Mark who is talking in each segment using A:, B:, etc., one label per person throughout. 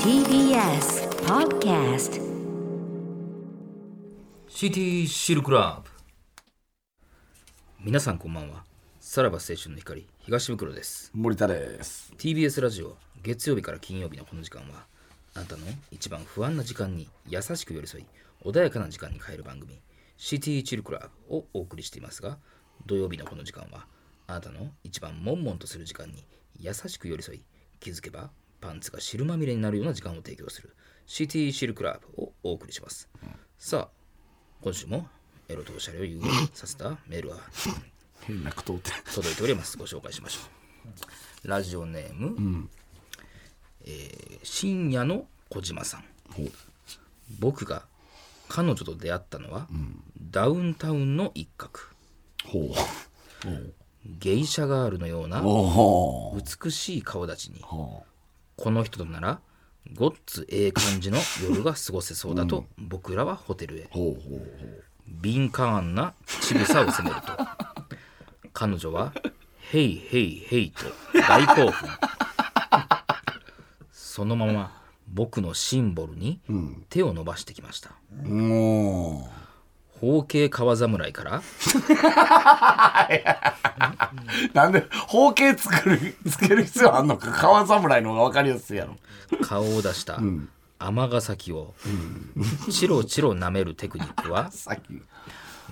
A: TBS Podcast
B: CT シルクラブ皆さんこんばんはさらば青春の光東袋です
C: 森田です。
B: TBS ラジオ月曜日から金曜日のこの時間はあなたの一番不安な時間に優しく寄り添い穏やかな時間に変える番組 CT チルクラブをお送りしていますが土曜日のこの時間はあなたの一番悶々とする時間に優しく寄り添い気づけばパンツが汁まみれになるような時間を提供する CT シルクラブをお送りします、さあ今週もエロとおしゃれを融合させたメールは
C: 変な苦闘って。
B: 届いておりますご紹介しましょうラジオネーム、えー深夜の小島さん僕が彼女と出会ったのは、ダウンタウンの一角
C: ほ
B: 芸者ガールのような
C: う。お
B: 美しい顔立ちに
C: お。
B: この人とならごっつええ感じの夜が過ごせそうだと、僕らはホテルへ
C: ほうほう
B: 敏感な乳房を責めると彼女は「ヘイヘイヘイ」と大興奮そのまま僕のシンボルに手を伸ばしてきました、
C: ほう。も
B: 包茎川侍から
C: う。なんで、包茎作る、つける必要あんのか。川侍の方がわかりやすいやろ。
B: 顔を出した尼崎をチロチロ舐めるテクニックは
C: さっき。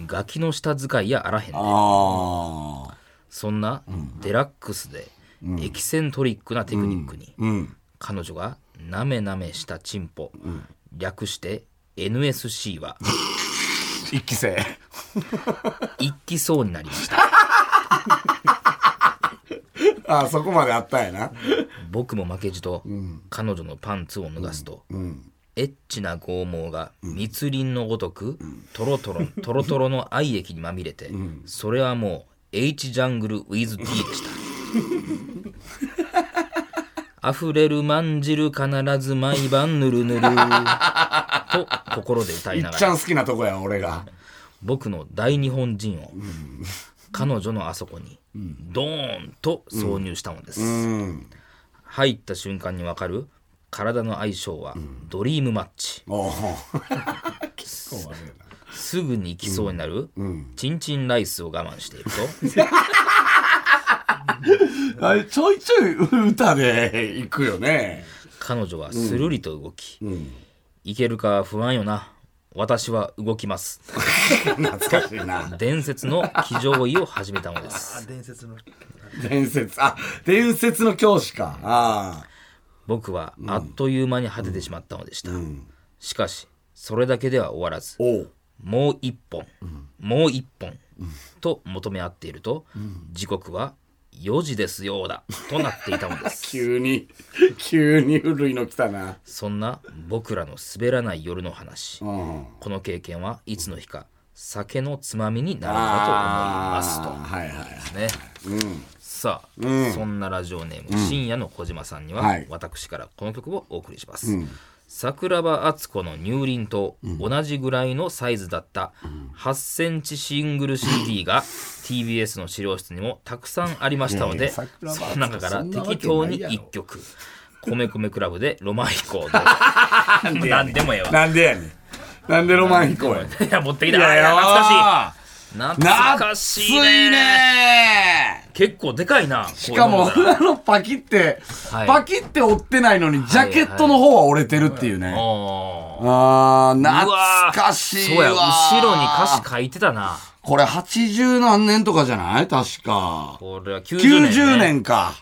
B: ガキの下遣いやあらへん
C: ああ。
B: そんなデラックスでエキセントリックなテクニックに、
C: うん。
B: 彼女がなめなめしたチンポ、略して NSC は
C: 一期生。
B: 一気そうになりました
C: ああ、そこまであったんやな。
B: 僕も負けじと彼女のパンツを脱がすと、エッチな剛毛が密林のごとく、トロ トロトロトロの愛液にまみれて、それはもう H ジャングル with D で した溢れるまんじる必ず毎晩ぬるぬると心で歌
C: い
B: いな
C: っ
B: が
C: ちゃ
B: ら
C: ん好きなとこや、俺が。
B: 僕の大日本人を彼女のあそこにドーンと挿入したのです、
C: うん。
B: 入った瞬間にわかる体の相性はドリームマッチ、
C: おお。結構悪いな。
B: すぐに行きそうになるチンチンライスを我慢 していると
C: あれ、ちょいちょい歌で行くよね。
B: 彼女はスルリと動き、
C: ん
B: いけるか不安よな私は動きます
C: 懐かしいな。
B: 伝説の騎乗位を始めたの です
D: 伝説の
C: 伝説。あ、伝説の教師か。あ
B: 僕はあっという間に果ててしまったのでした、しかしそれだけでは終わらず
C: あ。おう。
B: もう一本、もう一本、と求め合っていると、時刻は4時ですようだとなっていたのです
C: 急に、急に古いの来たな。
B: そんな僕らの滑らない夜の話、
C: うん。
B: この経験はいつの日か酒のつまみになるのだと思い
C: あ
B: ます
C: あ
B: と
C: はいはい。
B: ね、さあ、そんなラジオネーム、深夜の小島さんには、
C: はい
B: 私からこの曲をお送りします、桜庭敦子の乳輪と同じぐらいのサイズだった8センチシングル CD が TBS の資料室にもたくさんありましたの
C: いやい
B: で
C: や
B: そ
C: 桜庭敦子
B: の中から
C: そんなわけ
B: 適当に
C: ないやろ
B: 1曲米米クラブでロマン飛行どうぞ なんでもええわ
C: なんでやねん。なんでロマン飛行やねん。
B: いや持ってきたあいや懐かしい懐かしい
C: 懐かしい
B: ね
C: ね
B: 結構でかいな
C: しかも、
B: こういうのが
C: あの、パキって、
B: はい
C: パキって折ってないのに、ジャケットの方は折れてるっていうね。
B: あー
C: あ
B: う
C: ー、懐
B: わー
C: かしい
B: そう
C: わ。
B: や後ろに歌詞書いてたな
C: これ80何年とかじゃない確か。
B: これは90年、ね、
C: 90年か。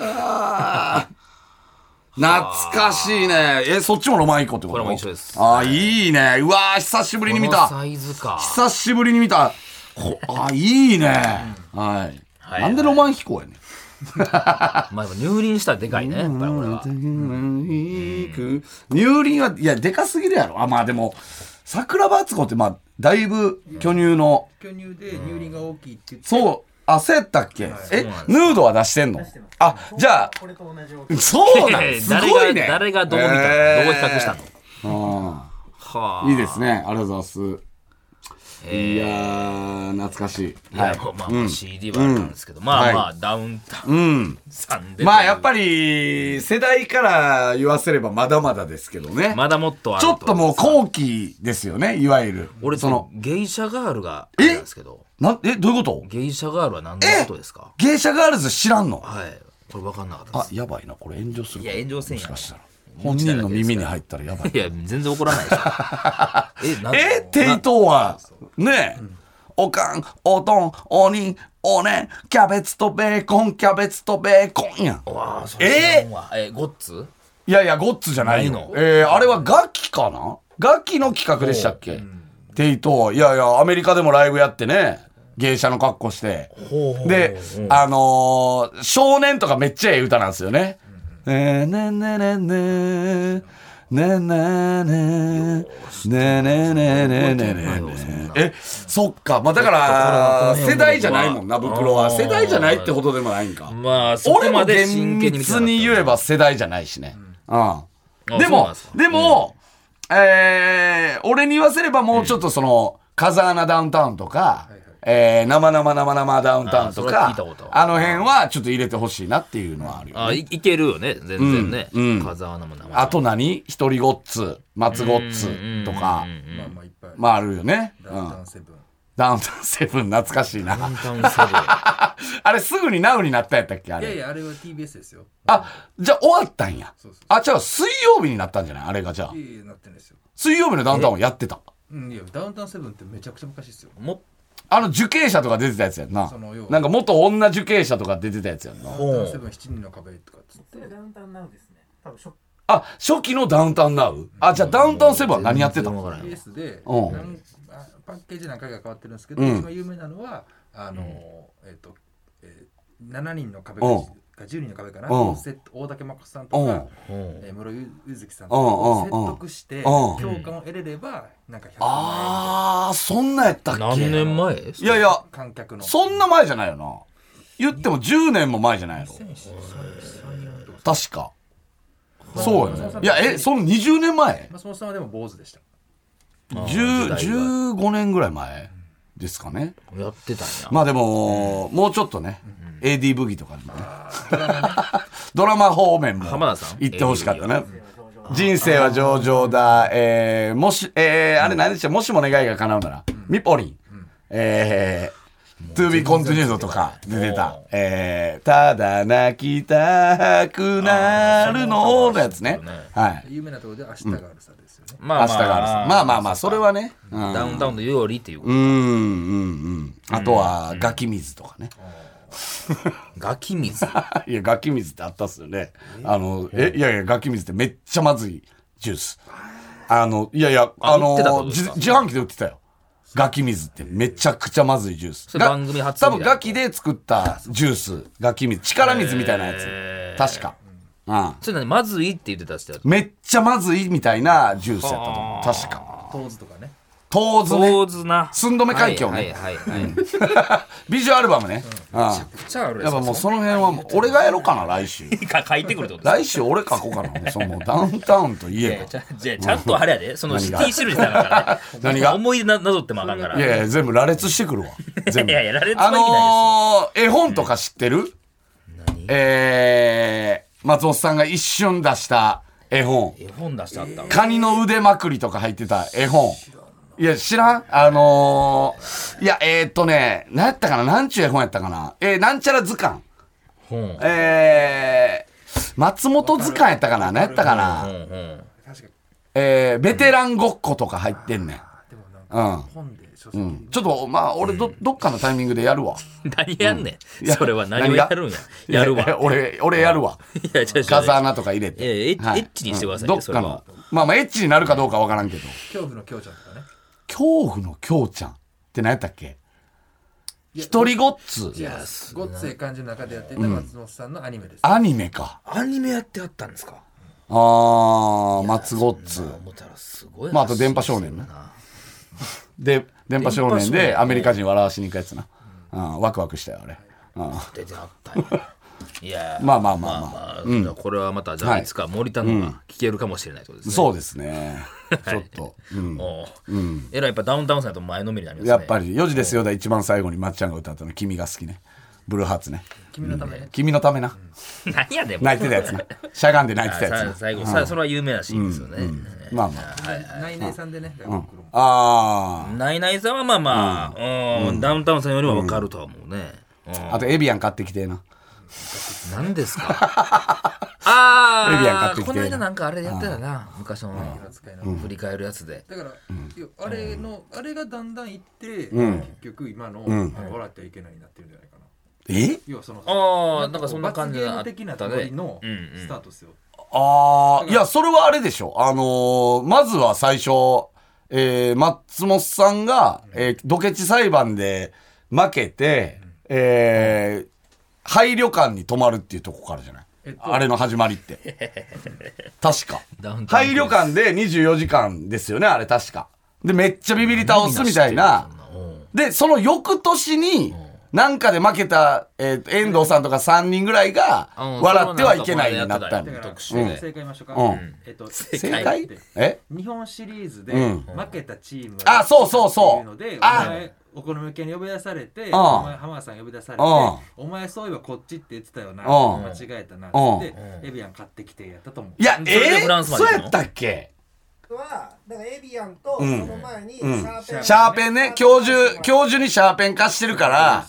C: かー懐かしいね。え、そっちもロマン以降ってこ
B: こ
C: と
B: れも一緒です
C: あー、いいね。うわー、久しぶりに見
B: この
C: た。
B: サイズか
C: 久しぶりに見た。こあー、いいね。はい。
B: はい
C: なんでロマン飛行やねん。
B: まあでも入輪したらでかいねやっぱりこれは
C: 入輪は、いや、でかすぎるやろ。あ、まあでも、桜庭敦子って、まあ、だいぶ巨乳の、
D: 巨乳で乳輪が大きいって言って
C: そう、焦ったっけえ、ヌードは出してんのあ、じゃあ、
D: これと同じ大き
C: そうな ん
B: 誰
C: す
B: が
C: ごいね。
B: 誰がどう見たの、どう比較したの
C: の
B: はあ
C: いいですね。ありがとうございます。いやー、懐かしい。
B: いや
C: はい
B: もうまあまあ CD はあれなんですけど、まあまあダウンタウンさんで、
C: まあやっぱ
B: り
C: り、世代から言わせればまだまだですけどね。
B: まだもっとある
C: ちょっともう
B: こ
C: 後期ですよね、いわゆる。
B: 俺
C: そ
B: その
C: の、
B: ゲイシャガールがあれなんですけど
C: なん、え、どういうこと
B: ゲイシャガールは何のことですか
C: 芸者ガールズ知らんの
B: はいこれ分かんなかったで
C: あ
B: す、
C: やばいな、これ炎上する
B: いや炎上せんや
C: も
B: ろ
C: しかしたら。本人の耳に入ったらやばい
B: い。や全然怒らない でしょえなん
C: えテイトーはねえ、おかんおとんおにんおねんキャベツとベーコンキャベツとベーコンやん
B: わあそ
C: え
B: ええゴッツ
C: いやいやゴッツじゃな
B: な
C: い
B: い
C: の
B: の
C: えーあれはガキかなガキの企画でしたっけ、テイトーいやいやアメリカでもライブやってね芸者の格好してで、あのー少年とかめっちゃええ歌なんですよね。ねえねえねえねえねえねえねえねえねえねえねえねえねえねえねええそっかまあだから世代じゃないもんなブクロは
B: あー
C: 世代じゃないってほどでもないんか
B: まあそ
C: 俺
B: こ
C: も
B: まで
C: 厳
B: 真剣に見てな
C: 密
B: かった
C: に言えば世代じゃないしね。うん。
B: あそ
C: で
B: うなん
C: も
B: です、か
C: でも、えー俺に言わせればもうちょっとその、風穴ダウンタウンとか、えー生々生々ダウンタウンと
B: あーそれは聞
C: か
B: いたこと、
C: あの辺はちょっと入れてほしいなっていうのはあるよ
B: あ
C: ね。
B: いいけるよね全然ね、
C: うんうん
B: 風穴も生
C: あと何一人ごっつ、松ごっつとか
B: う、んうん
E: まあまあいっぱいある。
C: まああるよね。う
E: ダウンタウ
C: ん
E: ンセブン。
C: ダウンタウンセブン懐かしいな。
B: ダウンタウンセブン
C: あれすぐにナウになったやったっけあ
E: いやい
C: れ。
E: や、あれは TBS ですよ。
C: あ、じゃあ終わったんや
E: うそう。
C: あ、じゃあ水曜日になったんじゃないあれがじゃあ
E: い。いなってないですよ。
C: 水曜日のダウンタウンをやってた。
E: うん、いや、ダウンタウンセブンってめちゃくちゃ昔ですよ。
B: も
C: あの受刑者とか出てたやつやんな
E: その要。は
C: なんか元女受刑者とか出てたやつやん
E: ダ
C: な。
E: ウンタウンセブン7人の壁とかっつって。
F: ダウンタウンナウですね。多分ショッ
C: あ、初期のダウンタウンナウあ、じゃあダウンタウンセブンは何やってた
B: 全然
C: の
B: わからん
E: TBS で、
C: うん
E: なんあパッケージ何回か変わってるんですけど、
C: うん
E: 一番有名なのは、あの、えっと、えー7人の壁か
C: うん
E: 10人の壁かな。
C: うん
E: セット大竹誠さん
C: う
E: と
C: ん。
E: か
C: あ。
B: うん
E: えー、室井ゆずきさん
C: うんうん
E: と
C: うん
E: 説得して
C: うん
E: 共感を得れればなんか100万
C: あー、そんなんやったっけ
B: 何年前
C: いやいや
E: 円、観客の
C: そんな前じゃないよな。言っても10年も前じゃないやろ。確か。そうよね。いや、え、その20年前
E: 松本さんはでも坊主でした
C: 10 ?15 年ぐらい前ですかね。
B: やってたんや、
C: まあでも、もうちょっとね、AD ブギとかにもね、ドラマ方面も
B: 浜田さん
C: 行ってほしかったね
B: AD。
C: 人生は上々だ、えー、もし、えー、あれ何でしたもしも願いが叶うなら、ミポリン、えー、To be continued とか出てた、えー、ただ泣きたくなるののやつね
B: あーそんなことありま。した
C: はい。
E: 有名なところで明日があるさですよね、
B: ま
C: 明日があるさまあまあまあ、それはね。うん
B: ダウンタウンのよりっていうこ
C: う
B: と、
C: ん、うん、うん。あとは、ガキ水とかね。
B: ガキ 水
C: いや、ガキ水ってあったっすよね。あの、え、いやいや、ガキ水ってめっちゃまずいジュース。あの、いやいや、
B: あ
C: あ
B: 売ってたってこと
C: の、
B: です
C: 自
B: か
C: 自販機で売ってたよ。ガキ水ってめちゃくちゃまずいジュース。
B: それ
C: が
B: 番組初
C: 多
B: みた
C: 分
B: いな
C: ガキで作ったジュース、ガキ水、力水みたいなやつ。確か。うん。
B: それ何まずいって言ってた人や
C: めっちゃまずいみたいなジュースやったと思う。確か。
E: 当時とかね
C: 豆子ね
B: 上。手な
C: 寸止め海峡ね
B: はいはいはいはい、めち
C: ビジュアルバムね。うん。や
B: ゃくちゃある
C: っぱもうその辺はもう、俺がやろうかな、来週。
B: いいか書いてくるってことです
C: 来週俺書こうかな。そのダウンタウンといえば。
B: じゃあじゃあちゃんとあれやでそのシテ
C: 何が
B: ィシルジだから、ね、
C: 何が
B: 思い出ななぞってもあかんから
C: いやいや、全部羅列してくるわ。全部。
B: いやいや羅列は
C: あ
B: できないですよ
C: のー、絵本とか知ってるえー、松本さんが一瞬出した絵本。
B: 絵本出してあったわ
C: カニの腕まくりとか入ってた絵本。いや、知らんあのー、いや、えー、っとね、何やったかななんちゅう絵本やったかなえー、なんちゃら図鑑。
B: 本
C: えー、松本図鑑やったかな何やったかな
B: 本本
E: 確か
C: えー、ベテランごっことか入ってんねん。
E: でもなんか
C: うん。
E: 本で書籍、
C: うん、ちょっと、まあ、俺ど、どっかのタイミングでやるわ。
B: 何やんねん、
C: いや
B: それは何を
C: 何が
B: やるんややるわ
C: い 俺、俺やるわ。
B: いやじゃあじゃあ
C: 風穴とか入れて。
B: いやいやエッ
C: はい
B: エッチにしてください
C: うん
B: よ
C: どっ
B: それ
C: か
B: は
C: の。まあまあ、エッチになるかどうかわからんけど。
E: 恐怖の京ちゃんとかね
C: 恐怖の京ちゃんって何やったっけ一人ごっつ
E: い。やごっつい感じの中でやっていた松本さんのアニメです、
C: アニメか。
B: アニメやってあったんですか
C: あー、松ごっつ。
B: 思ったらすごい話
C: まああと電波少年なで、電波少
B: 電
C: 年
B: 波少
C: で
B: 年
C: アメリカ人笑わしに行くやつな。うん、ワクワクしたよ、あれ。うん。
B: 出てあったんや いやー
C: まあまあまあまあ
B: じゃあこれはまたじゃあ
C: はい
B: いつか森田のが聞けるかもしれないってことですね。
C: そうですね。ちょっと。うん
B: おうえらいやっぱダウンタウンさんと前のめりになりますね。
C: やっぱり、4時ですよだ、一番最後にまっちゃんが歌ったの、君が好きね。ブルーハーツね。
E: 君のため、
C: 君のためな。
B: 何やでも。
C: 泣いてたやつね。しゃがんで泣いてたやつ
B: さ
C: ね。
B: 最後さそれは有名なシーンですよね。
C: まあまあ。
E: 内々さんでね、だから僕らも
C: あ
B: ナイナイさんはまあまあ、うん、ダウンタウンさんよりはわかるとは思うね。
C: あ。あと、エビアン買ってきてえな。
B: 何ですか あー
C: エビアン買ってきて
B: この間なんかあれやってたな昔の
E: 扱いの
B: 振り返るやつで
E: だから、要はあれの、あれがだんだんいって、結局今の、あの笑ってはいけないになってるんじゃないかな。
C: え
E: 要はその、
B: ああなんかそんな感じ
E: 罰
B: があ
E: ゲーム
B: った
E: 的なノリの
B: うんうん
E: スタートですよ。
C: ああ、いや、それはあれでしょ。あのーまずは最初、えー、松本さんが、えー、ドケチ裁判で負けて、えー、廃旅館に泊まるっていうとこからじゃない、
E: えっと
C: あれの始まりって。確か
B: ダウン。タウン
C: 廃旅館で24時間ですよね、あれ確か。で、めっちゃビビり倒すみたいな。で、その翌年に、なんかで負けた、えー、遠藤さんとか3人ぐらいが、
B: うん
C: 笑ってはいけないになったん
B: そ
C: だ
B: う
E: だから、
B: 特集で
E: 正解ましょうか。
C: うん
E: えっと、
C: 正解え
E: 日本シリーズで
C: うん
E: 負けたチーム
C: あそうそうそう
E: っていうのでお
C: あ
E: 前お好み焼き屋に呼び出されて
C: ん
E: お前浜田さん呼び出されて
C: うん
E: お前そういえばこっちって言ってたよな
C: うん
E: 間違えたなっ
C: うん
E: てエビアン買ってきてやったと思う
C: いや、
B: それで
C: え
B: フラン
C: ー、
B: スまで
C: そ
B: 行
C: う
B: くの
C: やったっけ
F: はだからエビアンとその前にシャーペン、
E: うん
C: シャーペンね、教授、教授にシャーペン貸してるから、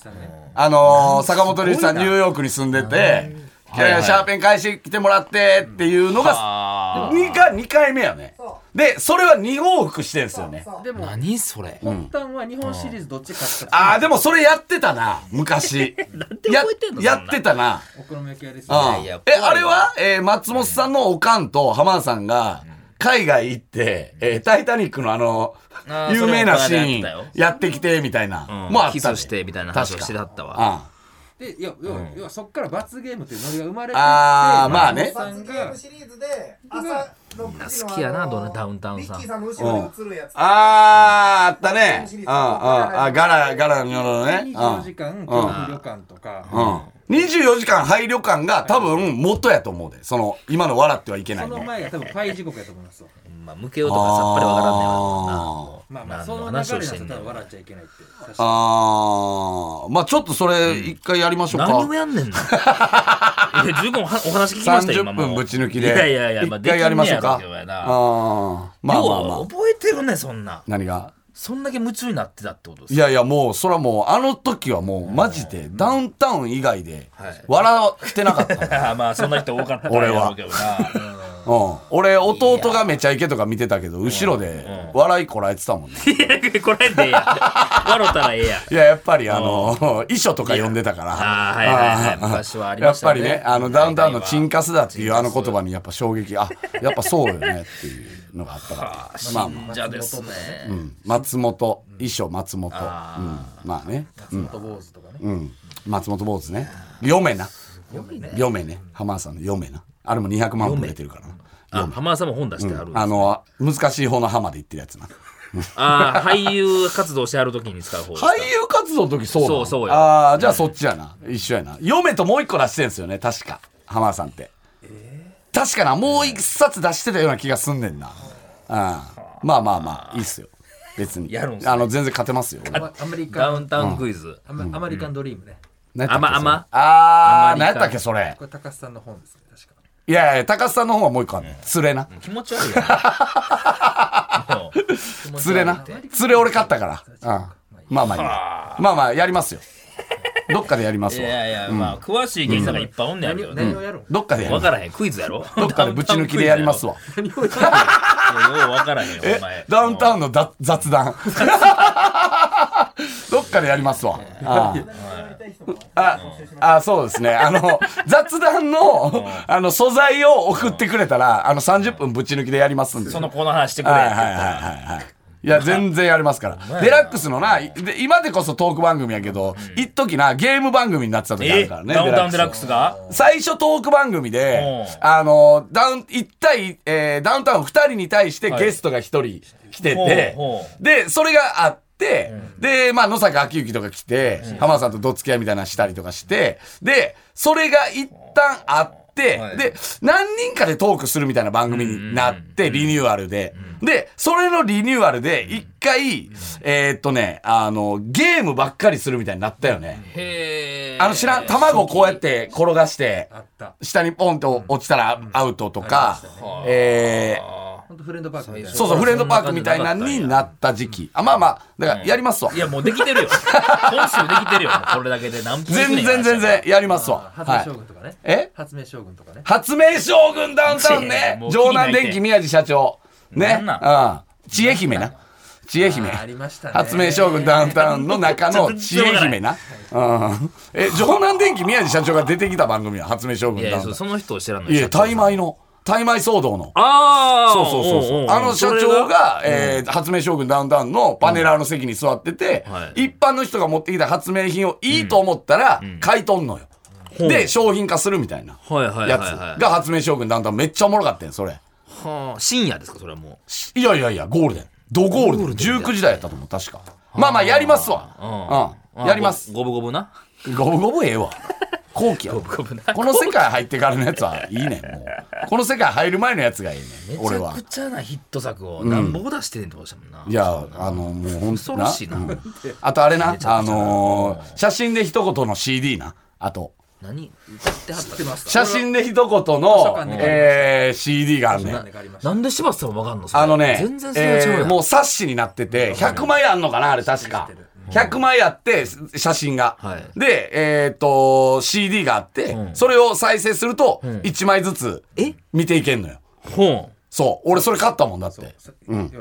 C: あのー坂本龍一さんニューヨークに住んでて、いやいやシャーペン返してきてもらってっていうのが、
B: あ
C: 2回、二回目やね
F: そ。
C: で、それは2往復してるんですよね。
F: そう
E: でも
B: 何それ
E: 本端は日本シリーズどっち勝った
C: あ
E: か
C: あ、でもそれやってたな、 昔。
B: で覚えてんの
C: や
B: そ
C: や
B: ん
C: っ
B: な
C: てたな。
E: お好み焼き屋です
C: あ
B: いやいや
C: え、
B: 怖いわ
C: あれは、えー松本さんのおかんと浜田さんが、海外行って、えータイタニックのあの
B: あ、ー
C: 有名なシ
B: それもこの間や
C: ー
B: って
C: ン、やってきて、みたいな、
B: うん
C: もうあったで。
B: キスしてみたいな話をしては
C: 確か
B: ったわ
C: あ
E: で要は要は要はそっから罰ゲームというノリが生まれていって
C: あーまあね
E: 松本さ
F: 罰
E: ん
F: ゲー
E: が
F: ムシリーズで朝6時の
B: 好きやなどのダウンタウンさん
F: ミッキーさんの後ろに映るやつ
C: あー、あったね
F: シリー。ズ
C: ああ、あガラ、ガラののね。
E: 24時間恐怖旅館とか
C: うん。24時間配慮感が多分元やと思うで。その、今の笑ってはいけな
E: そ
C: い
E: の
C: ね。
E: 前が多分パイ地獄やと思いますよ
B: まあ向けようとかさっぱりわからんねえわもうなもう
C: あー
E: まあまあ、
B: 何
E: その
B: 話
E: 流
B: を
E: れ
B: し
E: だ
B: て
E: と
B: んね
E: 多
B: ん
E: 分笑っちゃいけないって。確か
C: あー、まあちょっとそれ一回やりましょうか。
B: 何をやんねんないや十分お話お話聞きましたよ今
C: 30
B: もう
C: 分ぶち抜き
B: い
C: で。
B: やいやいやまあ
C: 一回やりましょうか。あ
B: できんねやろうけどやな
C: あーまあ
B: 要
C: まあま
B: は
C: あ。
B: 覚えてるねそんな
C: 何が
B: そんだけ夢中になってたってことで
C: い
B: す
C: やいや、もう、そらもう、あの時はもう、マジで、ダウンタウン以外で、笑ってなかったもん。
B: かまあそんな人多かったんやろうけど な
C: うん、俺弟がめちゃイケとか見てたけど後ろで笑いこらえてたもんね、
B: いやこれでええやん笑ったらええやん
C: いややっぱりあの遺書とか読んでたから
B: あーはいはいはい
C: あー
B: 昔はあり
C: や
B: ま
C: っ
B: した
C: ぱ
B: ね
C: りねあのダウンタウンのチンカスだっていう
B: チンカ
C: あ
B: ス
C: の言葉にやっぱ衝撃あやっぱそうよねっていうのがあったか
B: あ
C: らまあまあ、
B: 信者ですね
C: うん、松本遺書松本、うん、
B: あ
C: まあね、
E: に。松本坊主とかね。
C: うん、松本坊主ね嫁な嫁ね浜田さんの嫁なあれも200万も出てるからな
B: あ浜田さんも本出してあるんです
C: あの難しい方の浜で言ってるやつな
B: あー俳優活動してある時に使う方ですか
C: 俳優活動の時そうなの
B: そうそうよ
C: ああじゃあそっちやな、一緒やな嫁ともう一個出してんすよね確か浜田さんって、確かなもう一冊出してたような気がすんねんな、うん、まあまあまあいいっすよ別に
B: やるんすね
C: あの全然勝てますよ俺は
E: アメリ
B: ダ
E: カ
B: ウン
E: ン、
B: タウンクイズ
E: アメアメリカンドリームね。
C: 何やったっけ
B: あまあま
C: それあ
B: あまり
C: ー
B: か
C: 何やったっけそれ
E: これ、高須さんの本ですね、確か。
C: いやいや高須さんの方はもう一個あんねん連れな
B: 気持ち悪いや んもう気持ち悪い
C: 連れな連れ俺勝ったから、うん、まあまあいいやまあまあやり ますよどっかでやります
B: い
C: わ
B: やいやまあ詳しい芸人さんがいっぱいおんねやけどね
E: 何をやるん
C: どっかでやり
B: 分
C: ます
B: からへんクイズやろ
C: どっかでぶち抜きでやりますわ
E: 何を や
B: いやよう分からへんよ
C: え
B: お前
C: ダウンタウンのだ雑 談どっかでやりますわああああそうですねあの雑談のあの素材を送ってくれたらあの30分ぶち抜きでやりますんで
B: その子の話してくれ
C: は
B: っ
C: い
B: て
C: はい
B: 言っ
C: はい
B: たら
C: はいはいいや全然やりますからデラックスのないで今でこそトーク番組やけど一時なゲーム番組になってた時あ
B: え
C: るからね
B: ダウンタウンデラック
C: ス
B: スが
C: 最初トーク番組で
B: う、ん
C: あの、ダウン、1対、えーダウンタウン2人に対して
B: い
C: ゲストが1人来てて
B: ほうほ、
C: で、それがあって、って、で、まあ、野坂昭之とか来て、浜田さんとどっつき合いみたいなのしたりとかして、で、それが一旦あって、
G: はい
C: で、何人かでトークするみたいな番組になって、リニューアルで。で、それのリニューアルで、一回、えーっとね、あの、ゲームばっかりするみたいになったよね。
B: へえ。
C: あの、知らん、卵こうやって転がして、
E: あった
C: 下にポンと落ちたらアウトとか、えー
E: 本当フレンドパークみたいな
C: そうそう、フレンドパークみたいなのになった時期。あ、まあまあ、だからやりますわ
B: い。や、もうできてるよ。今週できてるよ。もうこれだけで何分
C: 全然全然やりますわ。は
E: 発明将
C: い。
E: 軍とかね
C: え
E: 発明将軍とかね
C: 発明将軍ダウンタウン
B: いやいや
C: ね
B: も。う
C: 城南電機宮地社長。
B: な
C: ね。
B: ん
C: うん。知恵姫な。知恵姫
E: あーあり。ましたね
C: 発明将軍ダウンタウンの中の知恵姫な。うん。え、城南電機宮地社長が出てきた番組は発明将
B: い
C: 軍
B: やい
C: ダウ
B: や、
C: ンタ
B: そ
C: ウ
B: うその人を知らない。
C: ン。いや、大米の、大米騒動の。
B: ああ
C: そうそうそうそう。あの社長、が、えー発明将軍ダウンタウンのパネラーの席に座ってて、
B: うんはい
C: 一般の人が持ってきた発明品をいいと思ったら、買い取んのよ。で、商品化するみたいな
B: はいはいはいはい
C: やつが発明将軍ダウンタウンめっちゃおもろかったんそれ。
B: それがはあ深夜ですか、それはも
C: いやいやいや、ゴールデン。ドゴールデン。19時台やったと思う、確か。まあまあ、やりますわ。
B: う。
C: うん。やります。
B: ご。ごぶごぶな。
C: ゴブゴブええわ。後期や。 この世界入ってからのやつはいいねん、もう。この世界入る前のやつがいいねん、
B: めち
C: 俺
B: ゃ
C: は
B: く。ちゃなヒット作を何ぼ出してんってことしたもんな。
C: いや、あの、もう本当
B: 恐ろしいな
C: うんあとあれな
B: めちゃく、ちゃ
C: あのー写真で一言の CD な。あと、
B: 何歌ってはったってます
C: 写真で一言
E: 書
C: の
E: 館で借りまし、た
C: えー CD があるね
E: なん
C: ん
E: で。かありました
B: なんで柴田さんもわかんのそれ
C: あのね、
B: 全然それは違う
C: え
B: や
C: ー
B: ん。
C: もう冊子になってて、100枚あんのかなあれ確か。100枚あって、写真が。
B: はい
C: で、えーっと、CD があって、
B: うん
C: それを再生すると、1枚ずつ
B: え
C: 見ていけんのよ。
B: ほ
C: そう。俺それ買ったもんだって。
E: うん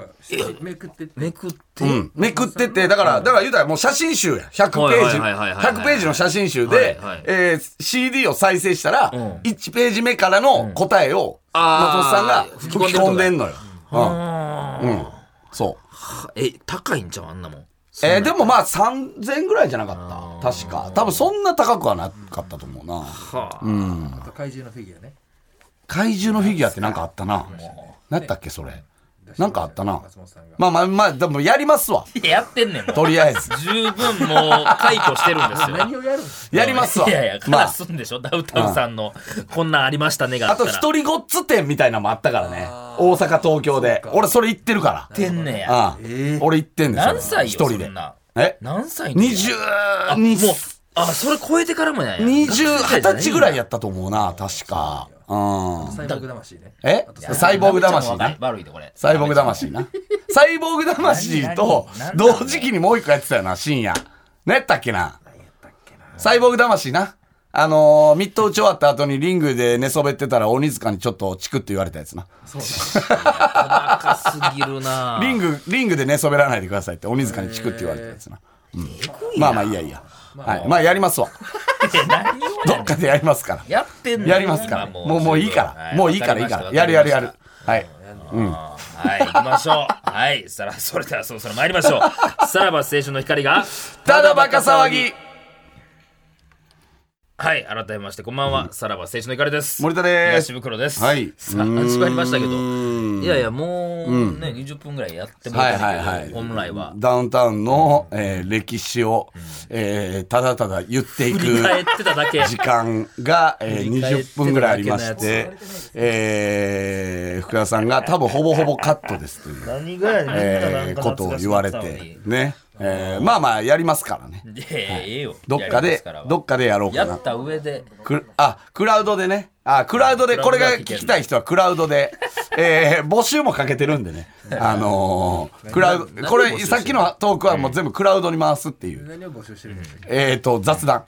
E: めくってって
B: う。めくって。
C: うん、めくってて、だから、だから言うたらもう写真集や。100ペー
B: はいは
C: ジ。
B: いはいはいはい
C: 100ページの写真集
B: はい
C: で
B: はい、
C: えー CD を再生したら、
B: うん
C: 1ページ目からの答えを、松本さん
B: あ
C: が
B: ー
C: 吹き込んでんのよ。うん。うん。そう。
B: え、高いんちゃうあんなもん。
C: えーでもまあ3000ぐらいじゃなかった。確か。多分そんな高くはなかったと思うな。
B: はあ。
E: あと怪獣のフィギュアね
C: 怪獣のフィギュアってなんかあったな。何やったっけ、それ。なんかあったな
E: 松本さんが
C: まあまあまあ、でもやりますわ。
B: いややってんねんもう
C: とり あえず。
B: 十分もう解雇してるんですよ。
E: 何をやるんです
C: やりますわ。
B: いやいや、か
C: ま
B: ら
C: あ
B: すんでしょ、ダウタウンさんの、こんなんありましたねがあ
C: あ
B: った
C: と、
B: ら。
C: 一人ごっつ店みたいなのもあったからね。大阪、東京で。俺、それ行ってるから。
B: てんねや。
C: ああ俺行ってんですよ。
B: 何歳よ、
C: 一人
B: そ
C: で
B: ん。な
C: え
B: 何歳の
C: 二
B: 時
C: 十
B: あ、もう
C: 二十、
B: あ、それ超えてからもね。
C: 二十二十歳ぐらい
B: や。
C: やったと思うな、確か。うん。
E: かサイボーグ魂ね
C: えサイボーグ魂な。
B: 悪いで、これ。
C: サイボーグ魂な。サイボーグ魂と
B: 何何何
C: 同時期にもう一個やってたよな、深夜。何やったっけな。サイボーグ魂な。あのー、ミッド打ち終わった後にリングで寝そべってたら鬼塚にちょっとチクって言われたやつな。
B: 細かすぎるな
C: リング、リングで寝そべらないでくださいって鬼塚にチクって言われたやつな。うん、まあまあいいやいいや。はい。まあや りますわ。
B: いや何を
C: どっかでやりますから。
B: やってんの
C: やりますから。
B: 今
C: もう、もういいから。もういいから、いいから。やるやるやる。。はい。
B: わかりましたわかりましたはい、行きましょう。はい、さら、それではそろそろ参りましょう。さらば青春の光が、
C: ただバカ騒ぎ。
B: はい、改めまして、こんばんは。さらば青春の光です。
C: 森田で
B: 東
C: す。
B: 袋です。
C: はい
B: さあ、始まりましたけ
C: う
B: ど。
C: ーん
B: いやいや、もうね、20分ぐらいやっても
C: は
B: ら
C: い
B: っ
C: はい
B: た
C: は
B: け
C: い。
B: ど、本来は。
C: ダウンタウンの、えー歴史を、えーただただ言っていく。
B: 振り返ってただけ。
C: 時間が、えー
B: 振り返って
C: 20分ぐらいありまして
B: だ、
C: えー福田さんが多分ほぼほぼカットですという。
B: 何ぐらいの
C: えーことを言われて。ね、えーまあまあやりますからね
B: いやいやええよ。
C: どっか
B: やりま
C: です
B: らは
C: どっかでやろうか
B: や
C: な
B: った上で。
C: くあクラウドでねあクラウドで
B: クラウド
C: これ
B: で
C: が
B: は聞け
C: 聞
B: る
C: きたい人はクラウドで、えー募集もかけてるんでねあのークラウドこれさっきのトークはもう全部クラウドに回すっていう、
E: 何を募集してるんですか
C: えっ、と 雑談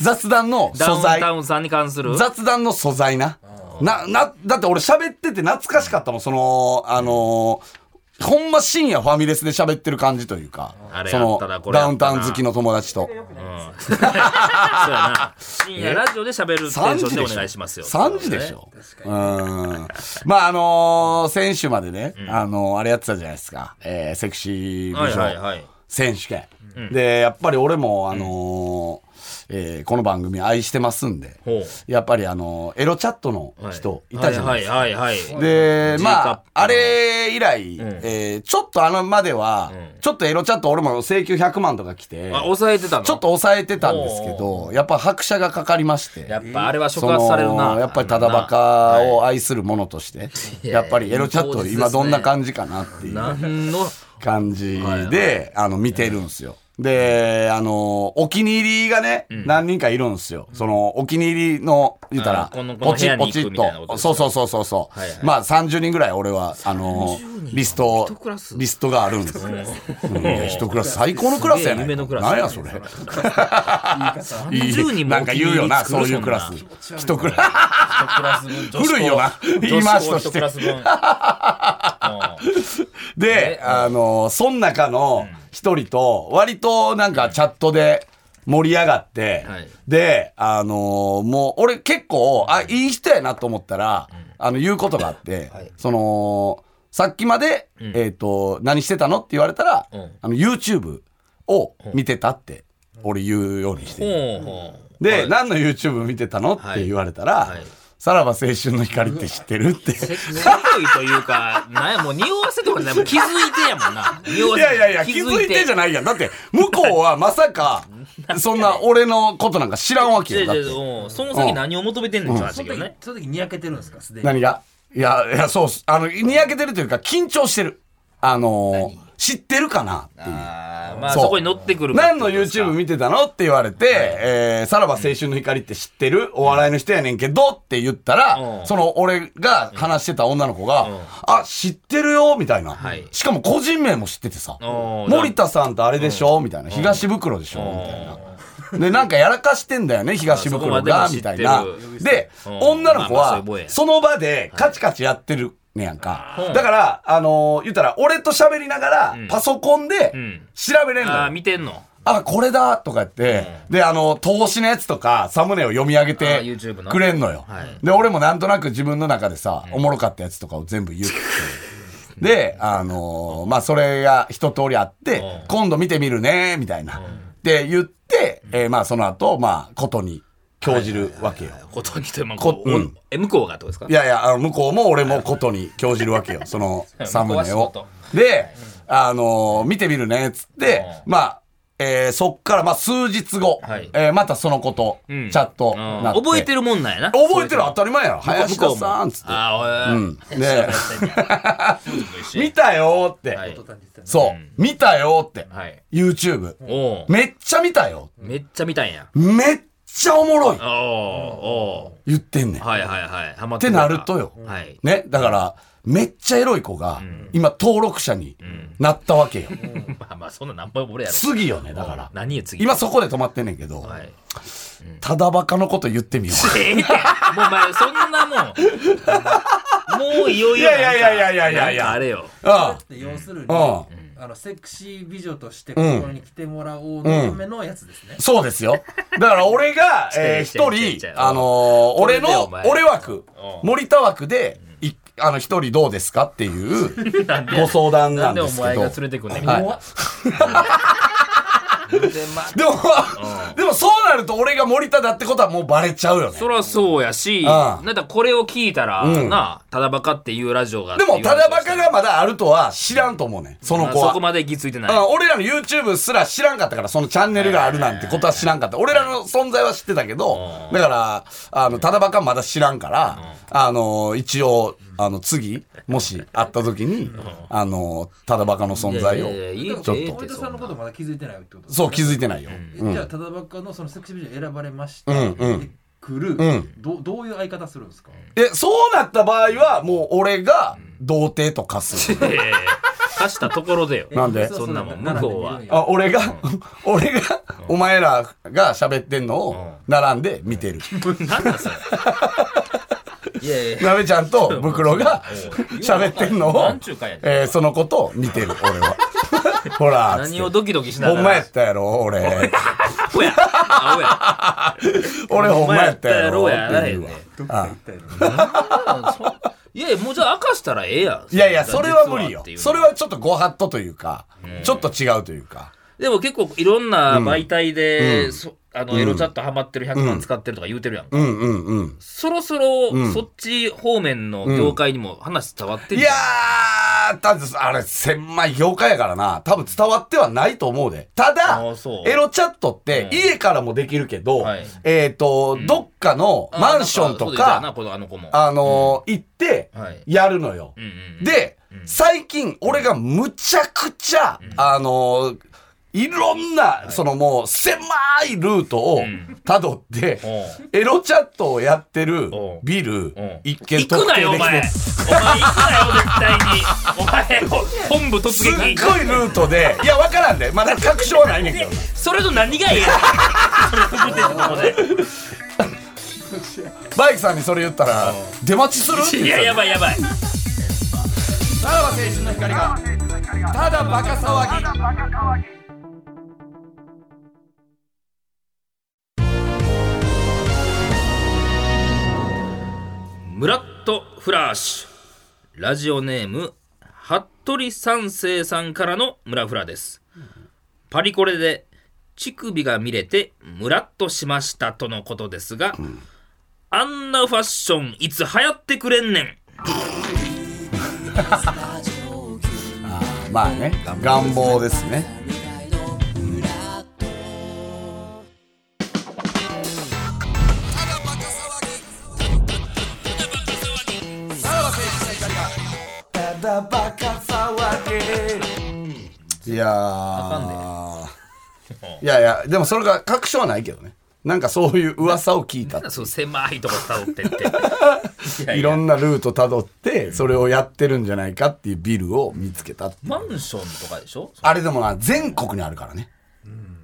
C: 雑談の
B: ダウ
C: 素
B: ン
C: 材
B: タウンさんに関する。
C: 雑談の素材な。な、な、だって俺喋ってて懐かしかったもん、その、あのーほんま深夜ファミレスで喋ってる感じというか
B: あ、れ
C: そ
B: やっ
C: の
B: たなこれや
C: ダ
B: っ
C: ウ
B: た
C: ン
B: な
C: タウン好きの友達と。
B: そうやな。深夜ラジオで喋るテンシ
C: 3
B: ョン
C: 時
B: で
C: で
B: お
C: し
B: 願いします
C: ょ。
B: よ。
C: 3時でしょ。うん。まああのー選手までね、あのーあれやってたじゃないですか。えーセクシー
B: は
C: 美
B: いはいは
C: 女
B: い。
C: 選手権。で、やっぱり俺もあのーえーこの番組愛してますんで
B: ほう
C: やっぱりあのエロチャットの
B: はい
C: 人いたじゃないですか。
B: はいはいはいはい。
C: で
B: G カッ
C: ま
B: プ
C: ああれ以来、
B: ん
C: えーちょっとあのまでは、ちょっとエロチャット俺も請求100万とか来て
B: あ、抑えてたの
C: ちょっと抑えてたんですけどやっぱ拍車がかかりまして
B: やっぱあれは触発される
C: そ
B: な。
C: のやっぱりただバカを愛する者として、やっぱりエロチャット今どんな感じかなっていう
B: 何の、
C: 感じで、あの、見てるんですよ。で、あの、お気に入りがね、何人かいるんですよ。その、お気に入りの、言った
B: あ
C: ら
B: この、この部
C: ポ
B: 屋
C: チ
B: に
C: ポ
B: 行く
C: チっ
B: みたいなこと
C: と。
B: ですか
C: そうそうそうそうそう。まあ、30人ぐらい俺は、あの、リスト
B: 一クラ、ス
C: リストがあるんですよ。うんいや一クラス、最高のクラスやね
B: すげえ夢のクラス
C: 何やそれ。
B: 30人も
C: なん
B: お気
C: か
B: に入り
C: 言うよな、
B: 作
C: そ
B: る
C: ういうクラス
B: そん。
C: 一クラス。
B: 一クラス分女子校
C: 古いよな言い回しとして
B: 女子校一クラス分うん
C: で、
B: え
C: あの、そん中の一人と、割となんかチャットで盛り上がって、
B: はい
C: で、あの、もう俺結構、あ、いい人やなと思ったら、あの、言うことがあって、その、さっきまで、えっ、と、何してたのって言われたら、
B: ん
C: あの、YouTube を見てたって、俺言うようにしてる。
B: ほうほう
C: で、何の YouTube 見てたのって言われたら、
B: はい
C: さらば青春の光って知ってるって。
B: せせこいというか、なんや、もう匂わせとかじゃない、もう気づいてやもんな。匂わ
C: い
B: せ
C: やいやいや、気づいてじゃ
B: ない。
C: ないやん。だって、向こうはまさ か、そんな俺のことなんか知らんわけよ。だっ
B: い
C: て
B: やいやうんその先何を求めてんねんって話だけどね。
E: その時にやけてるんですかすでに
C: 何がいや、いや、そうっす。あの、にやけてるというか、緊張してる。あのー、知ってるかなっていう。
B: あーまあ、
C: そう
B: そこに乗ってくるかって
C: 何
B: こと
C: の
B: ですか
C: YouTube 見てたのって言われて、えー、さらば青春の光って知ってるお笑いの人やねんけどって言ったら、
B: うん
C: その俺が話してた女の子が、あ、知ってるよみたいな、
B: はい
C: しかも個人名も知っててさ、
B: おー
C: 森田さんとあれでしょ、みたいな。東袋でしょ、みたいな。で、なんかやらかしてんだよね、東袋が
B: あ、そ
C: み
B: こま
C: たい
B: でも
C: な
B: 知って。る
C: で、
B: うん
C: 女の子
B: まあまあそうい
C: は
B: うもんや、
C: その場でカチカチやってるねやんか。だから、あのー言ったら、俺と喋りながら、パソコンで
B: ん
C: 調べれんのよ
B: あー見てんの。
C: あ、これだとか言って、で、あの、投資のやつとか、サムネを読み上げ
B: あ
C: て
B: YouTube の
C: くれんのよ。
B: はい
C: で、俺もなんとなく自分の中でさ、おもろかったやつとかを 全部言って。で、あのーまあ、それが一通りあって
B: う、ん
C: 今度見てみるね、みたいな。で、言って、えーまあ、その後、まあ、ことに興じるわけよ。
B: ことにと、まあ、
C: こ
B: こ
C: う
B: うんえ向こうがってことですか
C: いやいや、あの、向こうも俺もことに興じるわ けよ。そのサムネ
B: 向こうは
C: を。で、あのー見てみるね、つって、まあ、えーそっから、まあ、数日後、
B: はい
C: えーまたそのこと、
B: うん
C: チャット
B: うん
C: なって。
B: 覚えてるもんなんやな。
C: 覚えてる
B: そ
C: 当たり前やろ。
B: ういう
C: 林
B: 向こう
C: 田
B: も
C: さん、つって。
B: あー、おいおいおい
C: うんで、見たよーって、
B: はい
C: そう、見たよーって、
B: はい
C: YouTube。
B: おお
C: めっちゃ見たよ。
B: めっちゃ見たんや。
C: めっちゃおもろい
B: お。お
C: 言ってんねん。
B: はいはいはい。ハマっ
C: って
B: くれた
C: なるとよ。
B: はい。
C: ね、だから、めっちゃエロい子が、今、登録者になったわけよ。
B: まあまあ、そんな何倍も俺やろ。
C: 次よね、だから。
B: 何や次。
C: 今そこで止まってんねんけど、
B: はい。
C: ただバカのこと言ってみよう。
B: ええねんもうお前、そんなもん。もういよいよなんか。
C: いやいやいやいやいやい
B: な
C: や
B: んかあれよ。
C: あ
E: って要するに、
C: あ
E: あのセクシー美女としてここに来てもらおうのためのやつですね、
C: そうですよ。だから俺が、え ー
B: 違う違う違う
C: 一
B: 違う
C: 人、あのー
B: これ
C: 俺
B: で
C: の
B: お、前
C: 俺枠
B: う、ん
C: 森田枠で、いあの、一人どうですかって いう、ご相談
B: な
C: なんん
B: で
C: で
B: お
C: すけ
B: 前が
C: ど
B: 連。れてくんねん。
C: はい
B: もうでまあ
C: でも、 でもそうなると俺が森田だってことはもうバレちゃうよね。
B: そりゃそうやし、
C: ん
B: なんだこれを聞いたら、
C: うん
B: なあ、ただバカっていうラジオがあって
C: でも、
B: 言わ
C: た
B: れて
C: だ
B: ま
C: バ
B: した
C: カがまだあるとは知らんと思うねん。その
B: まあ
C: 子は
B: そこ。まで行き着いてない。
C: うん俺らの YouTube すら知らんかったから、そのチャンネルがあるなんてことは知らんかった。俺らの存在は知ってたけど、だから、あの、ただばかまだ知らんから、あの、一応、あの、次、もし会った時に、あの、ただばかの存在
B: いやいやいやいい
E: で
B: よ
E: も
C: ちょっと
B: ええって
E: 森田
B: そんな
E: さ
B: ん
E: のことまだ気づいてないってこと
C: を、そう気
E: い
C: づいてないよ。
E: じゃあただばっかのそのセクシー美女に選ばれました、
C: うんうん
E: で来る、
C: ん
E: どどういう相方するんですか、
C: え、そうなった場合は、もう俺が、童貞と化する。
B: ええ貸したところでよ。
C: なんで
B: そんなもん
E: う
B: 向こうは
E: 並んで見るんや
C: あ、俺が、 俺が、お前らが喋ってんのを、並んで見てる。
B: なんだそれ。いやいや。
C: なべちゃんとブクロが喋ってんのを
B: なんちゅう会やね、ん
C: えーそのことを見てる、俺は。ほら、つって
B: 何をドキドキしながら。
C: ほんまやったやろ、俺。
B: アホや。アホや。
C: 俺ほんまやったやろ、
B: ほ
C: っ
B: んま
C: て
B: やったやろや
C: 言うわ
B: ないよね。
C: あ
B: いやいや、もうじゃあ明かしたらええやん。
C: いやいや、それは無理よ
B: 実ってい。うの
C: それ。はちょっとご法度というか、ちょっと違うというか。
B: でも結構いろんな媒体で、そあのエロチャットハマってる100万使ってるとか言うてるやんか、
C: うんうんうん。
B: そろそろそっち方面の業界にも話伝わって
C: い
B: る
C: やー、だってあれ、狭い業界やからな。多分伝わってはないと思うで。ただ
B: あーそ、う
C: エロチャットって
B: うん
C: 家からもできるけど、
B: はい
C: えっ、と、どっかのマンションと
B: あなん、そ
C: か
B: うでしたよなこのあの子も
C: あのー行って
B: はい、
C: やるのよ
B: う。んうんうん、
C: で、最近、俺がむちゃくちゃ、あのーいろんな、そのもう、狭いルートを
B: ん
C: 辿って、
B: おう
C: エロチャットをやってる
B: おう
C: ビル
B: おう、
C: 一軒
B: 行く
C: 特
B: な
C: 定
B: よお
C: でき
B: 前お前
C: て、
B: 行くなよ絶対にお前本部突
C: すっごい
B: 撃
C: ルー トで、いや、わからんで、まだ確証はないねんけど。
B: それと何がいいのそれ特定とこ
C: バイクさんにそれ言ったら、出待ちするって
B: でい
C: 言っ
B: や
C: て
B: やばいやばい
C: たさらば青春の光が、ただバカ騒ぎ。
B: ムラッとフラッシュラジオネーム服部三世さんからのムラフラですパリコレで乳首が見れてムラッとしましたとのことですが、あんなファッションいつ流行ってくれんねん
C: まあね、願望ですね。いやーいやいやでもそれが確証はないけどねなんかそういう噂を 聞いたっていう
B: そう狭いとこ辿ってっていやい
C: い
B: や
C: ろんなルートたどってそれをやってるんじゃないかっていうビルを見つけたっていう
B: マンションとかでしょ
C: あれでもな、全国にあるからね。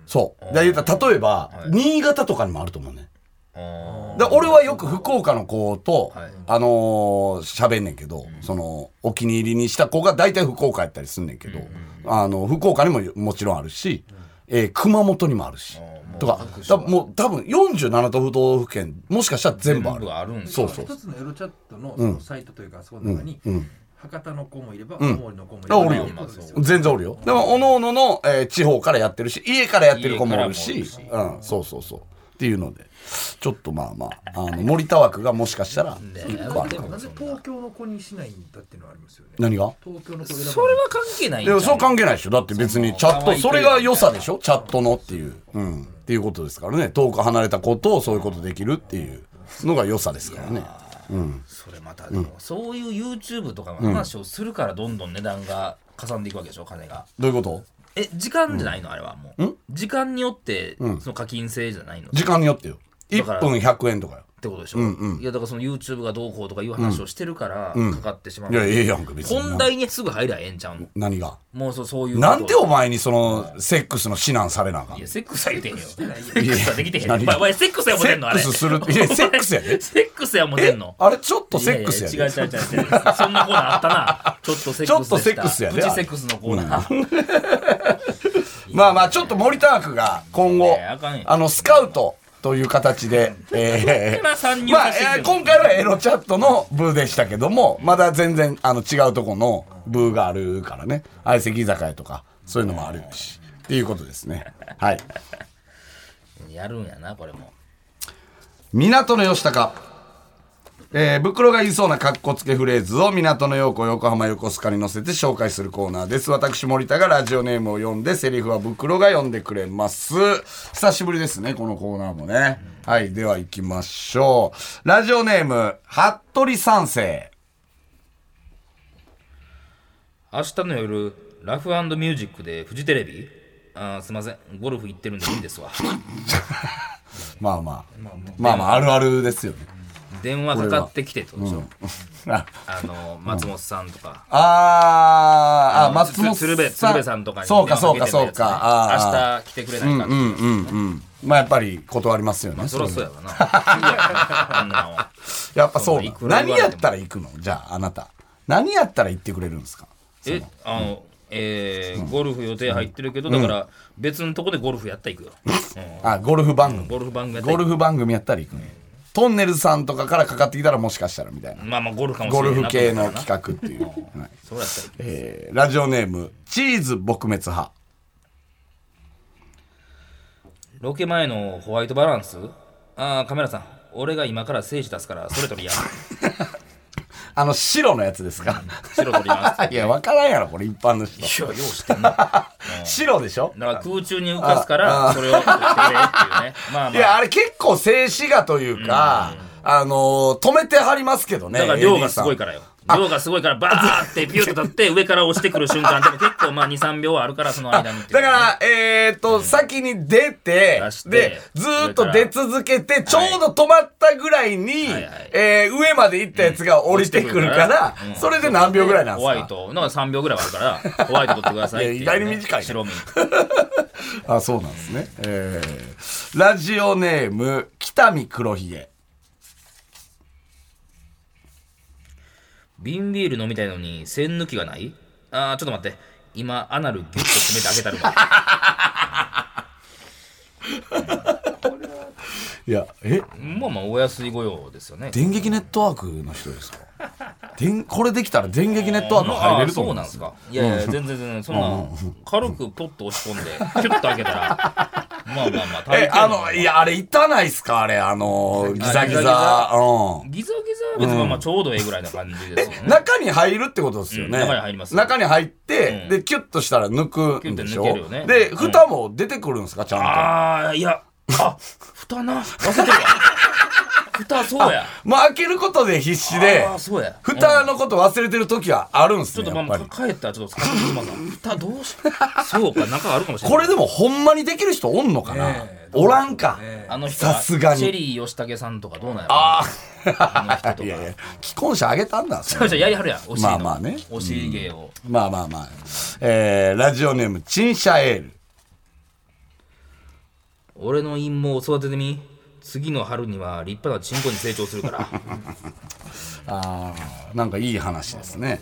C: そう。だから言うたら例えば、新潟とかにもあると思うね。
B: あ
C: だから俺はよく福岡の子と、あのー喋んねんけど、その、お気に入りにした子が大体福岡やったりすんねんけど、あの、福岡にももちろんあるし、えー熊本にもあるし、とか、だもう多分47都道府県、もしかしたら全部あ
B: ー
C: る。
B: 部あるんです
C: そうそう
E: 一。つのエロチャットのそのサイトというか、その中に、博多の子もいれば、青森の子もいれば、
C: あおるよ
E: ってことです
C: 全然おるよ。でも、おのおのの、えー地方からやってるし、家からやってる子もおるし、
B: 家
C: うん、そうそうそう。っていうので、ちょっとまあまあ、あの森田枠がもしかしたら、一個あるかも
E: なぜ東京の子にしないんだっていうのはありますよね。
C: 何が
E: 東京の子選ばない
B: それは関係ないん
C: い
B: じゃん
C: や、そう関係ないでしょ。だって別にチャッ
B: 可
C: ト、
B: 愛いと
C: そ
B: いうか
C: れが良さでしょチャットのっていう。うん。っていうことですからね。遠く離れたことをそういうことできるっていうのが良さですからね。
B: それまたでも、そういう YouTube とかの話をするからどんどん値段がかさんでいくわけでしょ金が
C: どういうこと
B: え時間じゃないの、あれはもう時間によってその課金制じゃないの、っ
C: 時間によってよ。1
B: だから
C: 分100円とかよ。
B: てことでしょ、いやだからその YouTube がどうこうとかいう話をしてるからかかってしまう、
C: いや、ええやんか、別に。
B: 本題にすぐ入りゃええんちゃうの
C: 何が
B: もうそうそういうこと
C: なんでお前にその、セックスの指南されなあかん
B: いやセックスは言うてへんよセックスはできてへんよ
C: いや
B: お前お前セックスはもう
C: セ
B: てんの
C: ッ
B: あ
C: ク
B: れ
C: スするって。いや、セックスやで。
B: セックスはもうてんの
C: あれ、ちょっとセックスやで。
B: いい違う違う違う違うそんなコーナーあったなちょっとセックスでした
C: ちょっとセックスやで
B: プチセックスのコーナー、
C: まあまあ、ちょっと森田クが今後
B: いやあかんよ、
C: あの、スカウトという形で、え
B: から参
C: ー、
B: 入
C: まあ、
B: させてくれ
C: えー今回はエロチャットの部でしたけども、まだ全然、あの、違うとこの部があるからね。相席居酒屋とか、そういうのもあるし。っていうことですね。はい。
B: やるんやなこれも
C: 港の吉高。えー、袋が言いそうな格好つけフレーズを港の陽子横浜横須賀に載せて紹介するコーナーです。私森田がラジオネームを読んで、セリフは袋が読んでくれます。久しぶりですね、このコーナーもね。はい、では行きましょう。ラジオネーム、服部三世。
B: 明日の夜ラフミュージックでフジテレビあーすいませんゴルフ行ってるんでいい ですわ
C: まあまあ、まあまあ、あるあるですよね。
B: 電話かかってきてってことでしょ、
C: あ
B: あの松本さんとか、
C: あー、あ、
B: の
C: 松本さん。
B: つ鶴瓶鶴瓶さんとかに
C: そうか、そうか、そう
B: 電話
C: か。
B: かけてたやつね
C: あー
B: 明日来てくれないかって、
C: うんうんうん。まあやっぱり断りますよね。
B: そりゃそうやわなあんなんは
C: やっぱそ
B: そ
C: うなん
B: ういくら
C: 何
B: 言われても
C: やったら行くのじゃああなた何やったら行ってくれるんですか
B: えあのえーゴルフ予定入ってるけど、だから別のとこでゴルフやったら行くよ、うん
C: あゴルフ番組
B: ゴルフ番組やったら
C: ゴ
B: 行
C: ル
B: く
C: フ番組やったら行くのトンネルさんとかからかかってきたらもしかしたらみたいな
B: まあまあゴルフかもしれ
C: ゴ
B: な
C: ル
B: い
C: フ系の
B: 画
C: 企画っていう、 はい
B: そうやったら行く
C: えーラジオネームチーズ撲滅派
B: ロケ前のホワイトバランスああ、カメラさん、俺が今から政治出すから、それ取りや。
C: あの、白のやつですか。
B: 白取り ます。
C: いや、わからんやろ、これ一般の人。
B: いや、よう知ってんな。だか
C: 白でしょ
B: ら空中に浮かすから、それを取ってくれっていうね。まあま
C: いや、
B: あ。
C: あれ結構静止画というか、あのー、止めてはりますけどね。
B: だから量がすごい
C: AD さん
B: からよ。量がすごいから、バーってピュッと立って、上から押してくる瞬間で も結構まあ2、3秒はあるから、その間にっていう
C: だ
B: ね。
C: から、えっと、先に出て
B: 出し、て
C: で、ずーっと出続けて、ちょうど止まったぐらいに
B: はいはい、
C: えー上まで行ったやつが降りてくるから
B: うん、
C: それで何秒ぐらいなんで
B: ホワイ
C: す
B: ト、なんか3秒ぐらいはあるから、ホワイト取ってくださいっていうね。
C: いや意外に短いね
B: 白身。
C: かあ、そうなんですね。えーラジオネーム、北見黒ひげ。
B: 瓶ビール飲みたいのに栓抜きがないあーちょっと待って今アナルギュッと詰めて開けたるわ
C: いや、え、
B: まあまあお安い御用ですよね
C: 電撃ネットワークの人です か電これできたら電撃ネットワーク入れると
B: あーそう
C: 思うん
B: なん
C: で
B: ですす
C: よ
B: かいやいや全然全然そんな軽くポッと押し込んでキュッと開けたらまあまあまあ食べ
C: え、あの、いや、あれ、いたないっすかあれ、あの、ギザギザ。うん。
B: ギザギザは別にまあまあちょうどええぐらいな感じですよね
C: 中に入るってことですよね。
B: うん中に入ります
C: 中に入って
B: う、ん
C: で、キュッとしたら抜くんでしょ
B: キュッて抜けるよね
C: で、
B: うん
C: 蓋も出てくるんですかちゃん
B: ああいやあ蓋な忘れてるわ蓋そうや
C: と。まあ、開けることで必死で
B: あ、ーそうや
C: 蓋のこと忘れてる時はあるんです
B: ちょっ
C: ね、
B: と
C: や
B: まあ
C: っ
B: ま
C: ぱ
B: あ
C: り。
B: 帰ったらちょっと使ってみます蓋どうしそうか中あるかもしれない
C: これでも、ほんまにできる人おんのかなおらんか。
B: あの人
C: さすがに
B: チェリー吉武さんとかどうなんやろ
C: あ
B: あの人と
C: あ。
B: か。
C: いやいや、既婚者あげたんだ。それ
B: じゃあやりはるやん、お尻の。
C: まあまあね
B: お尻芸を。
C: まあまあまあ。えー、ラジオネーム、チンシャエール。
B: 俺の陰謀を育ててみ。次の春には立派なチンコに成長するから。
C: ああ、なんかいい話ですね。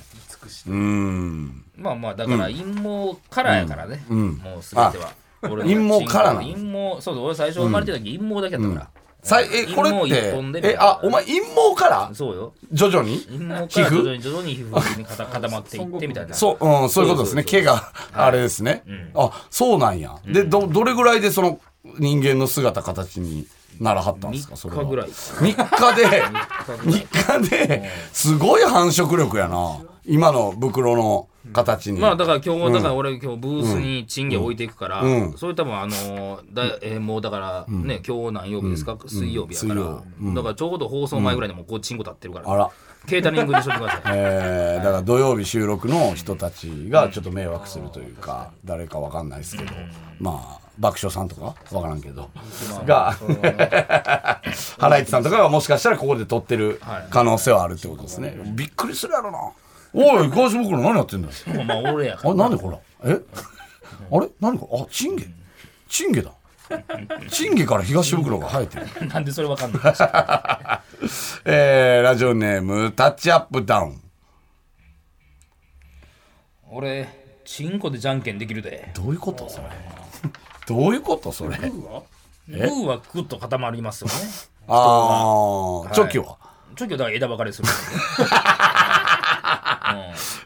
C: うーん。
B: まあまあ、だから陰謀からやからね。もうすべては。俺の
C: 陰謀からなの
B: 陰謀、そうそう、俺最初生まれてた時陰謀だけやったから。
C: さいえ、これ
B: 陰謀
C: っ
B: 一本で
C: て
B: み、たい
C: え、
B: な
C: あ、お前陰謀から
B: そうよ。
C: 徐々に
B: 陰謀
C: 皮
B: から徐
C: 膚
B: 々に徐々に皮膚に固固まっていってみたいな。
C: そう、うん、そういうことですね。
B: そうそうそう
C: 毛が、あれですね。あ、そうなんや。で、ど、どれぐらいでその人間の姿、形にならはったんですか、それは。
B: 三日ぐらい
C: 3日で、3日で、すごい繁殖力やな。今の袋の形に。
B: まあだから今日、だから俺今日ブースに賃金置いていくから、それ多分あのーだえーもうだからね、今日何曜日ですか、水曜日やから、
C: 水曜
B: だからちょうど放送前ぐらいでもうこうチンコ立ってるから、
C: あら。
B: ケータリングにしといてください
C: えー、だから土曜日収録の人たちがちょっと迷惑するというか、誰かわかんないですけど、まあ、爆笑さんとかわからんけど、が、ハライチさんとかがもしかしたらここで撮ってる可能性はあるってことですね。びっくりするやろな。おい、ガーシ袋何やってんだよ。
B: まあまあ俺やか
C: あれ、なんでこれえあれ何これあ、チンゲ。チンゲだ。チンゲから東袋が生えてる。
B: ら なんでそれわかんない
C: えー、ラジオネーム、タッチアップダウン。
B: 俺チンコでじゃんけんできるで
C: どういうことそれ。どういうことそれ。
B: グーはグッと固まりますよね
C: ああ、チョキは。
B: ちょっとだから枝分かれする、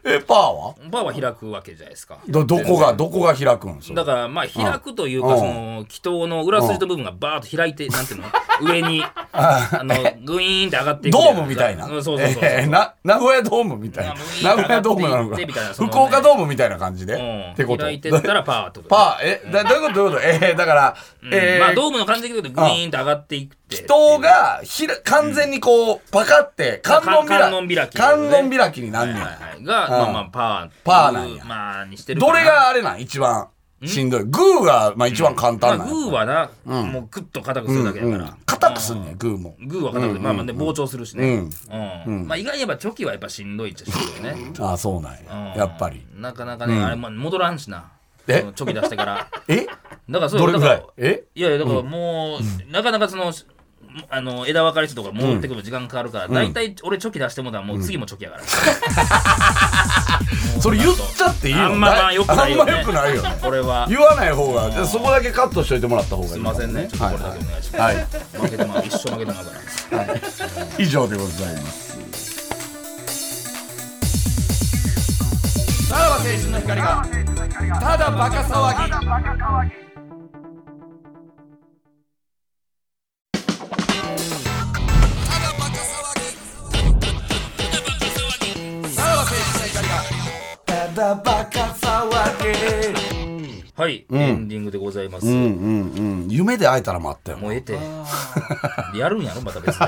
C: え、パーは
B: うん、バーは開くわけじゃないですか
C: ど、どこが、どこが開くんそれ
B: だからまあ開くというか、
C: うん
B: その祈祷の裏筋の部分がバーッと開いて、なんていうの上にあのグイーンって上がっていく
C: ドームみたいな。
B: うんそうそうそうそう、
C: えーな、名古屋ドームみたいな。
B: う
C: 名
B: ん
C: 古屋ドームなのか。
B: みたいなそ
C: 福
B: のね
C: 岡ドームみたいな感じで。
B: うん
C: ってこと。
B: 開いてったらパーってこと
C: パー、え、だどういうことどういうことえー、だから、え
B: まあ
C: ー、
B: ドームの感じで言うとグイーンって上がっていくって
C: 人が、ひら、完全にこう、パカって、観音開き。
B: 観音開き
C: 観音開きになんねん。
B: はいはいが、まあまあパー
C: パーなんや
B: まあにしてるか
C: ど
B: な
C: れがあれなん一番しんどい。グーが、まあ一番簡単
B: ま
C: な
B: あ
C: んや。
B: グーはな、もうグッと硬くするだけだ
C: う
B: から、
C: ん。硬くすんねん、グーも。
B: グーは硬くて、まあまあね膨張するしね、うんまあ意外に言えばチョキはやっぱしんどいっちゃしんどいよね
C: ああ、そうなんや。やっぱり。
B: なかなかね、あれまあ戻らんしな
C: え
B: そのチョキ出してから
C: え
B: だからそれ
C: どれぐらい
B: だから
C: え
B: いやいやだからもう、なかなかそのあの枝分かれしてとか戻ってくるの時間かかるから、大体俺チョキ出してもだもう次もチョキやから、
C: それ言っちゃっていいの
B: あんままあよくないよ
C: あんま
B: ね
C: 良くないよね。
B: これは
C: 言わない方が、じゃあそこだけカットしといてもらった方がいい。す
B: すいませんねちょっとこれだけお願いします、
C: はい。
B: 負けてまう一生負けてまうから
C: 以上でございます。さらば青春の光が、ただバカ騒ぎ。だバカ騒げ
B: はい、エンディングでございます。
C: うんうんうん夢で会えたらもあったよ
B: もう 得て。やるんやろまた別で。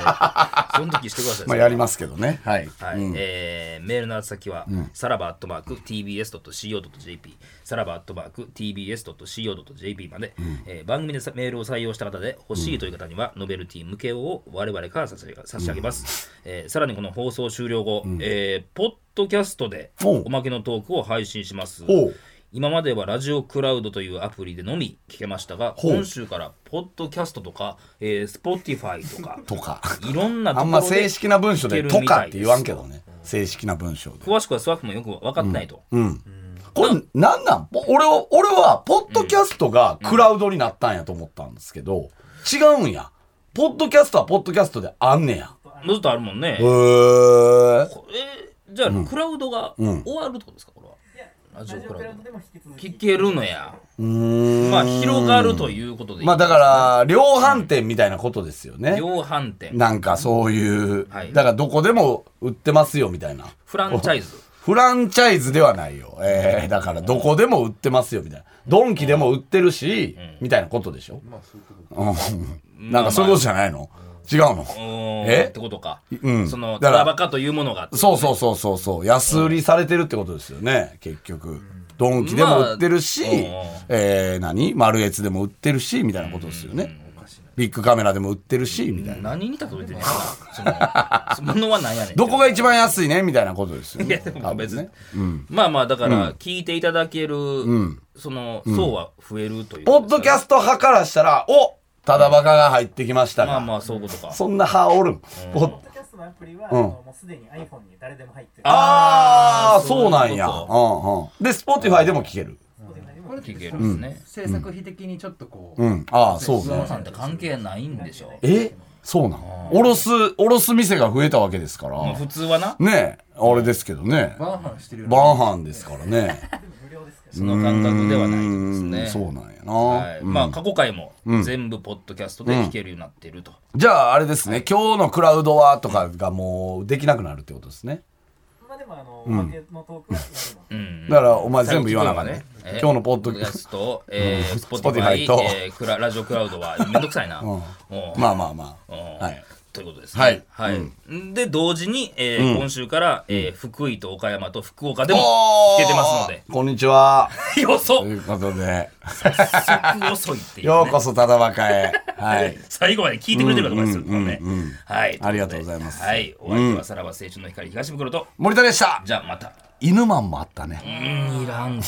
B: その時してください。
C: まあやりますけどねはい
B: はいえーメールの宛先は、さらばアットマーク TBS.CO.JP さらばアットマーク TBS.CO.JP まで、えー番組でさメールを採用した方で欲しいという方には、ノベルティ向けを我々から差し上げ差し上げます、えーさらにこの放送終了後、えーポッドキャストで
C: おう
B: おまけのトークを配信します
C: おう
B: 今まではラジオクラウドというアプリでのみ聞けましたが
C: ほう
B: 今週からポッドキャストとか、えー、Spotify とか
C: とか
B: いろんなと
C: あ
B: ころ
C: ん
B: で
C: ま正式な文章で「とか」って言わんけ
B: ど
C: どね正式な文章で
B: 詳しくはスワッフもよく分かってないと、
C: うんこれなんなんぽ俺は俺はポッドキャストがクラウドになったんやと思ったんですけど違うんやポッドキャストはポッドキャストであんねや
B: もうちょっとあるもんね
C: へ。え
B: こえじゃあ、クラウドが終わるってことですか、これは。ラジオクラウド。
F: でも引き続き
B: 聞けるのや。
C: うーん
B: まあ、広がるということで。
C: まあだから量販店みたいなことですよね
B: 量販店、
C: なんかそういう
B: はい
C: だからどこでも売ってますよみたいな
B: フランチャイズ。
C: フランチャイズではないよ。えー、だからどこでも売ってますよ、みたいな。ドンキでも売ってるし、みたいなことでしょ。うんなんかそういうことじゃないの違うの
B: うーん
C: え
B: ってことか。
C: うん
B: その、
C: だ
B: た
C: から
B: らばかというものが。
C: そうそうそうそうそう。安売りされてるってことですよね、結局。ドンキでも売ってるし、
B: まあうん
C: えー、何マルエツでも売ってるし、みたいなことですよね。ビッグカメラでも売ってるし、みたいな。
B: 何に例えてんねんな。 その、ものは何やねん。
C: どこが一番安いねみたいなことですよ
B: いや
C: ね。
B: でも
C: 多分
B: 別に
C: ね。
B: まあまあだから聞いていただける、その層は増えるという
C: ポッドキャスト派からしたら、おただバカが入ってきました
B: まあ
C: が。
B: まあそういうことか
C: そんな派おるん。ポッ
F: ポッドキャストのアプリは、
C: ん
F: あのもうすでに iPhone に誰でも入ってる
C: ああ、
B: ー
C: そうなんや。う
B: そ
C: ん
B: ういう
C: うん。で、Spotify でも聴ける。
E: これって
B: 聞けるんですね、
E: 制作費的にちょっとこう、
C: うん。ああ、そう
B: ゾウ
C: ね。
B: さんって関係ないんでしょ
C: えそうなんおろす、おろす店が増えたわけですから。
B: まあ普通はな、
C: ねえ、あれですけどね。
E: バンハンしてるような
C: バンハンですからね。
B: その感覚ではないです
C: うーん
B: ね。
C: そうなんや
B: はい
C: な。うん
B: まあ過去回も全部ポッドキャストで聞けるようになってると。
C: じゃあ、あれですね。今日のクラウドはとかがもうできなくなるってことですね。
F: まあでもあの、おまけのトークはやるの、
B: うん
C: だから、お前全部言わなあかんね。
B: え
C: 今日のポッドキ
B: キ
C: ャ
B: ャ
C: ス
B: スト、えー、スポティファ
C: Spotify
B: イ、
C: と
B: えークラ、ラジオクラウドはめんどくさいな。も
C: ト。
B: う
C: まあまあま
B: う
C: あ。
B: ん
C: はい
B: ということですね。
C: はい
B: で、同時に、えー今週から、えー福井と岡山と福岡でも聞けてますので。
C: こんにちは。
B: よ
C: と
B: そ
C: いうことで、
B: 速遅いっていう、ね。
C: ようこそただバカへ。はい。
B: 最後まで 聞いてくれてるかと思いますよ、ねはい。
C: ありがとうございます
B: はい。お相手はさらば青春の光東袋と、
C: 森田でした。
B: じゃあまた。
C: 犬マンもあったね。
B: うん、いらんて。